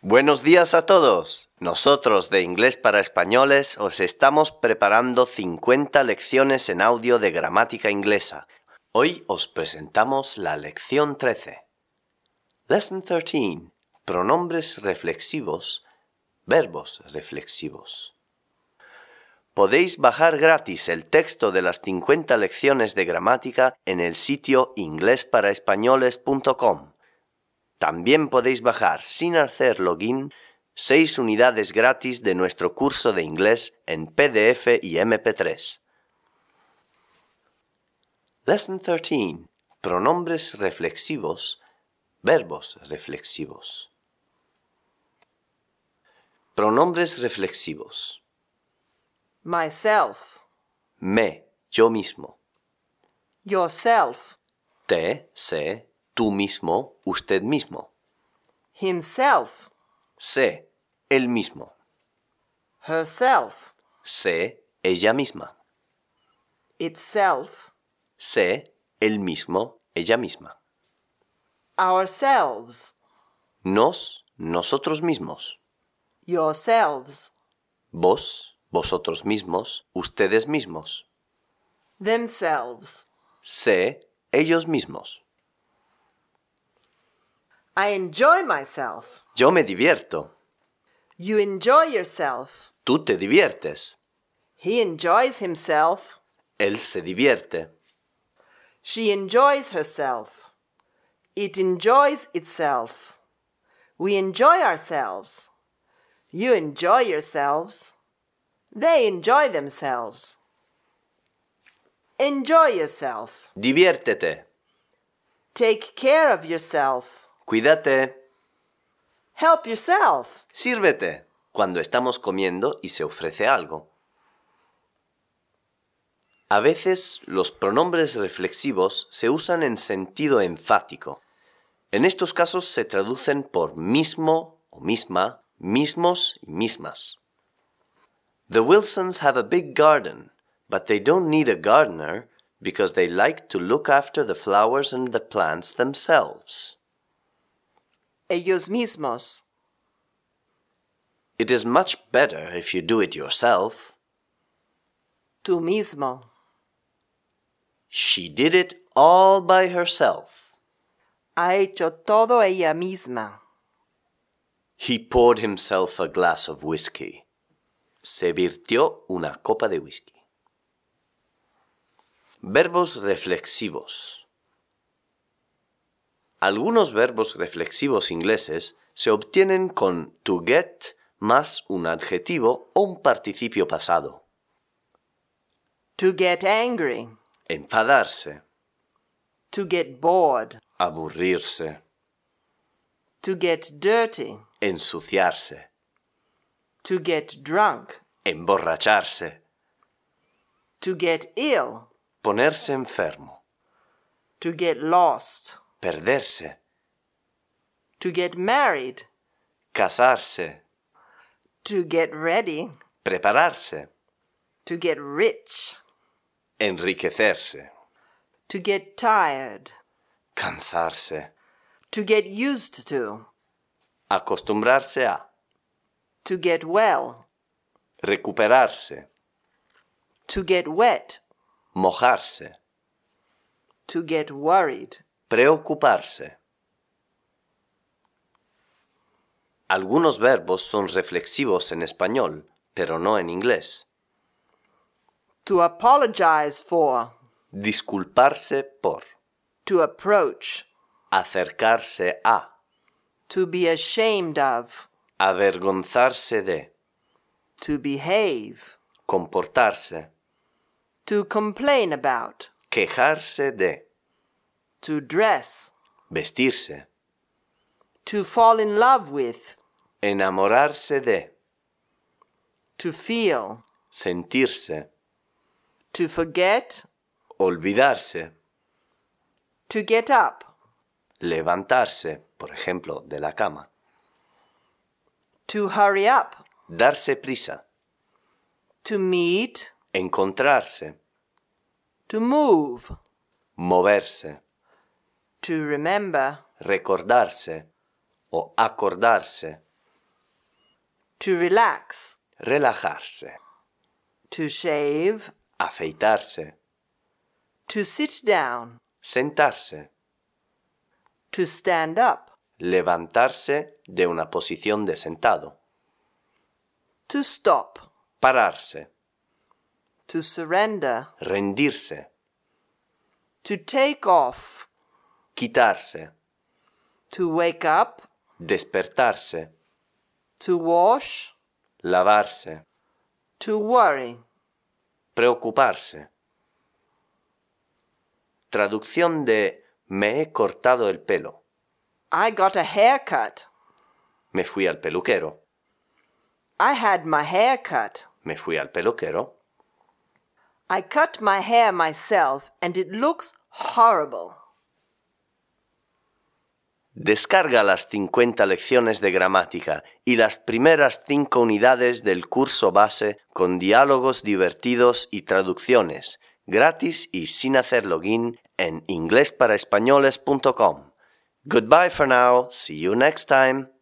Buenos días a todos. Nosotros de Inglés para Españoles os estamos preparando 50 lecciones en audio de gramática inglesa. Hoy os presentamos la lección 13. Lesson 13. Pronombres reflexivos, verbos reflexivos. Podéis bajar gratis el texto de las 50 lecciones de gramática en el sitio inglesparaespañoles.com. También podéis bajar sin hacer login 6 unidades gratis de nuestro curso de inglés en PDF y MP3. Lesson 13. Pronombres reflexivos, verbos reflexivos. Pronombres reflexivos. myself, Me, yo mismo. yourself, Te, se, tú mismo, usted mismo. himself, Se, él mismo. herself, Se, ella misma. itself, Se, él mismo, ella misma. ourselves, Nos, nosotros mismos. yourselves, Vos, vosotros mismos, ustedes mismos. themselves. Se, ellos mismos. I enjoy myself. Yo me divierto. You enjoy yourself. Tú te diviertes. He enjoys himself. Él se divierte. She enjoys herself. It enjoys itself. We enjoy ourselves. You enjoy yourselves. They enjoy themselves. Enjoy yourself. Diviértete. Take care of yourself. Cuídate. Help yourself. Sírvete. Cuando estamos comiendo y se ofrece algo. A veces los pronombres reflexivos se usan en sentido enfático. En estos casos se traducen por mismo o misma, mismos y mismas. The Wilsons have a big garden, but they don't need a gardener because they like to look after the flowers and the plants themselves. Ellos mismos. It is much better if you do it yourself. Tú mismo. She did it all by herself. Ha hecho todo ella misma. He poured himself a glass of whiskey. Se virtió una copa de whisky. Verbos reflexivos. Algunos verbos reflexivos ingleses se obtienen con to get más un adjetivo o un participio pasado. To get angry. Enfadarse, To get bored. aburrirse, To get dirty. ensuciarse, To get drunk. emborracharse, To get ill. ponerse enfermo. To get lost. perderse, To get married. casarse, To get ready. prepararse, To get rich. enriquecerse, To get tired. cansarse, To get used to. acostumbrarse a, To get well. recuperarse, To get wet. mojarse, To get worried. preocuparse. Algunos verbos son reflexivos en español, pero no en inglés. To apologize for. Disculparse por, To approach. acercarse a, To be ashamed of. avergonzarse de, To behave. comportarse, To complain about. quejarse de, To dress. vestirse. To fall in love with. Enamorarse de, To feel. sentirse, To forget. olvidarse, To get up. levantarse, por ejemplo, de la cama, To hurry up. darse prisa, To meet. encontrarse, To move. moverse, To remember. recordarse o acordarse, to relax, relajarse, to shave, afeitarse, to sit down, sentarse, to stand up, levantarse de una posición de sentado, to stop, pararse, to surrender, rendirse, to take off, quitarse, to wake up, despertarse, to wash, lavarse, to worry. preocuparse. Traducción de me he cortado el pelo, I got a haircut. me fui al peluquero, I had my hair cut. me fui al peluquero, I cut my hair myself and it looks horrible. Descarga las 50 lecciones de gramática y las primeras 5 unidades del curso base con diálogos divertidos y traducciones, gratis y sin hacer login en inglesparaespañoles.com. Goodbye for now, see you next time.